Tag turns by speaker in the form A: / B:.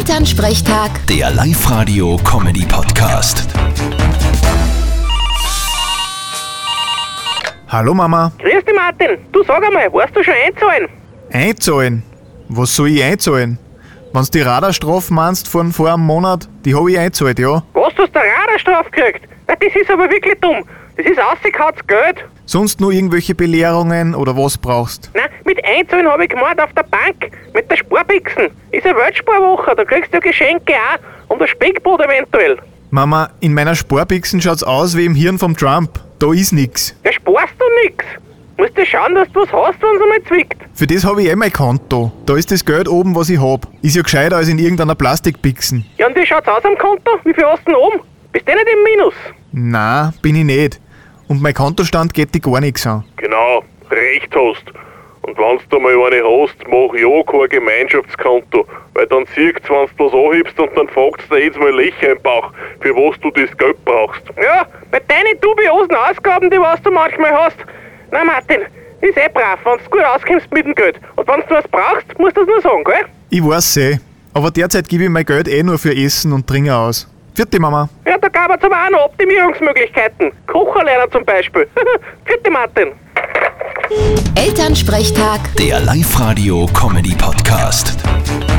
A: Elternsprechtag,
B: Der Live-Radio-Comedy-Podcast.
C: Hallo Mama,
D: Grüß dich, Martin. Du sag einmal, weißt du schon einzahlen?
C: einzahlen. Was soll ich einzahlen? Wenn's die Radarstrafe meinst von vor einem Monat, die hab ich einzahlt, ja.
D: Hast du der Radarstrafe gekriegt? Na, das ist aber wirklich dumm. Das ist ausgekautes Geld.
C: Sonst nur irgendwelche Belehrungen oder was brauchst.
D: Na, mit einzahlen habe ich gemeint auf der Bank, mit der Sparbixen. Ist eine Weltsparwoche, da kriegst du Geschenke auch und ein Speckbrot eventuell.
C: Mama, in meiner Sparbixen schaut's aus wie im Hirn vom Trump. Da ist nix.
D: Da sparst du nix. Musst du schauen, dass du was hast, wenn es einmal zwickt.
C: Für das hab ich eh mein Konto. Da ist das Geld oben, was ich hab. Ist ja gescheiter als in irgendeiner Plastikbixen.
D: Ja, und wie schaut's aus am Konto? Wie viel hast du denn oben? Bist du nicht im Minus?
C: Na, bin ich nicht. Und mein Kontostand geht die gar nix an.
E: Genau, recht hast. Und wenn's da mal eine hast, mach ja kein Gemeinschaftskonto, weil dann siegt's, wenn's was anhebst und dann fragt's dir jedes Mal Lech im Bauch, für was du das Geld brauchst.
D: Ja, bei deinen dubiosen Ausgaben, die was du manchmal hast. Na, Martin, ist eh brav, wenn du gut auskommst mit dem Geld. Und wenn du was brauchst, musst du das nur sagen, gell?
C: Ich weiß eh. Aber derzeit gebe ich mein Geld eh nur für Essen und Trinken aus. Vierte Mama.
D: Ja, da gab es aber auch noch Optimierungsmöglichkeiten. Kocherlehrer zum Beispiel. Vierte Martin.
A: Elternsprechtag.
B: Der Live-Radio-Comedy-Podcast.